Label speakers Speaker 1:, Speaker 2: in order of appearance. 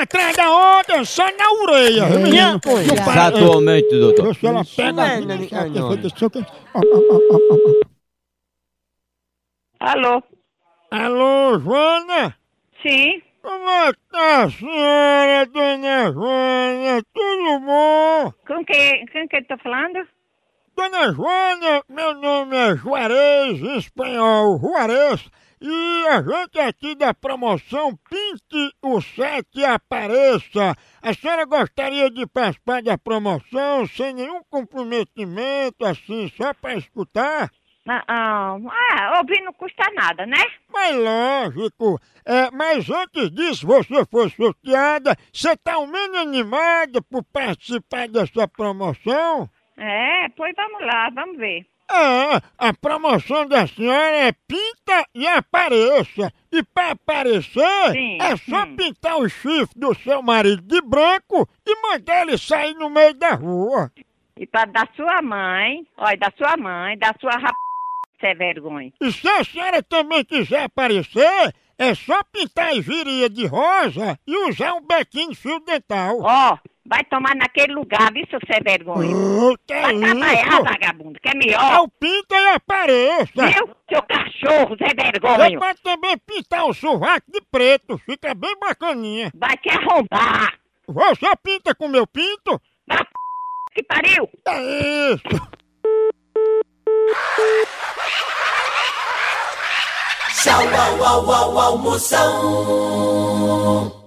Speaker 1: atrás da onda, só na orelha. viu, menino?
Speaker 2: coisa.
Speaker 1: Não para-
Speaker 3: Exatamente, doutor.
Speaker 1: Eu sei, ela pega a
Speaker 2: Não,
Speaker 1: vida,
Speaker 2: não,
Speaker 1: sabe,
Speaker 2: não,
Speaker 1: foi
Speaker 2: não.
Speaker 1: desse seu que- Ó, ó, ó, ó, ó.
Speaker 4: Alô?
Speaker 1: Alô, Joana?
Speaker 4: Sim?
Speaker 1: Como é que tá a senhora, dona Joana? Tudo bom?
Speaker 4: Com quem, com quem tá falando?
Speaker 1: Dona Joana, meu nome é Juarez, em espanhol, Juarez, e a gente é aqui da promoção Pinte o Sete Apareça. A senhora gostaria de participar da promoção sem nenhum comprometimento, assim, só para escutar?
Speaker 4: Ah, ah, ah, ouvir não custa nada, né?
Speaker 1: Mas lógico, é, mas antes disso, você foi sorteada, você tá está ao menos animada por participar dessa promoção?
Speaker 4: É, pois vamos lá, vamos ver.
Speaker 1: É, a promoção da senhora é pinta e apareça. E para aparecer,
Speaker 4: Sim,
Speaker 1: é só
Speaker 4: sim.
Speaker 1: pintar o chifre do seu marido de branco e mandar ele sair no meio da rua.
Speaker 4: E pra da sua mãe, olha, da sua mãe, da sua rap... Cê vergonha.
Speaker 1: E se a senhora também quiser aparecer, é só pintar as virilhas de rosa e usar um bequinho de fio dental.
Speaker 4: Ó, vai tomar naquele lugar, viu, seu cê vergonha?
Speaker 1: Ô, que é
Speaker 4: Vai trabalhar,
Speaker 1: isso?
Speaker 4: vagabundo, que é
Speaker 1: É
Speaker 4: melhor.
Speaker 1: o pinta e apareça.
Speaker 4: Viu, seu cachorro, Zé
Speaker 1: Você
Speaker 4: vergonha?
Speaker 1: pode também pintar o sovaco de preto, fica bem bacaninha.
Speaker 4: Vai te arrombar.
Speaker 1: Você pinta com meu pinto?
Speaker 4: Vai p... que pariu.
Speaker 1: É isso!
Speaker 5: Tchau, au, au, au, almoção.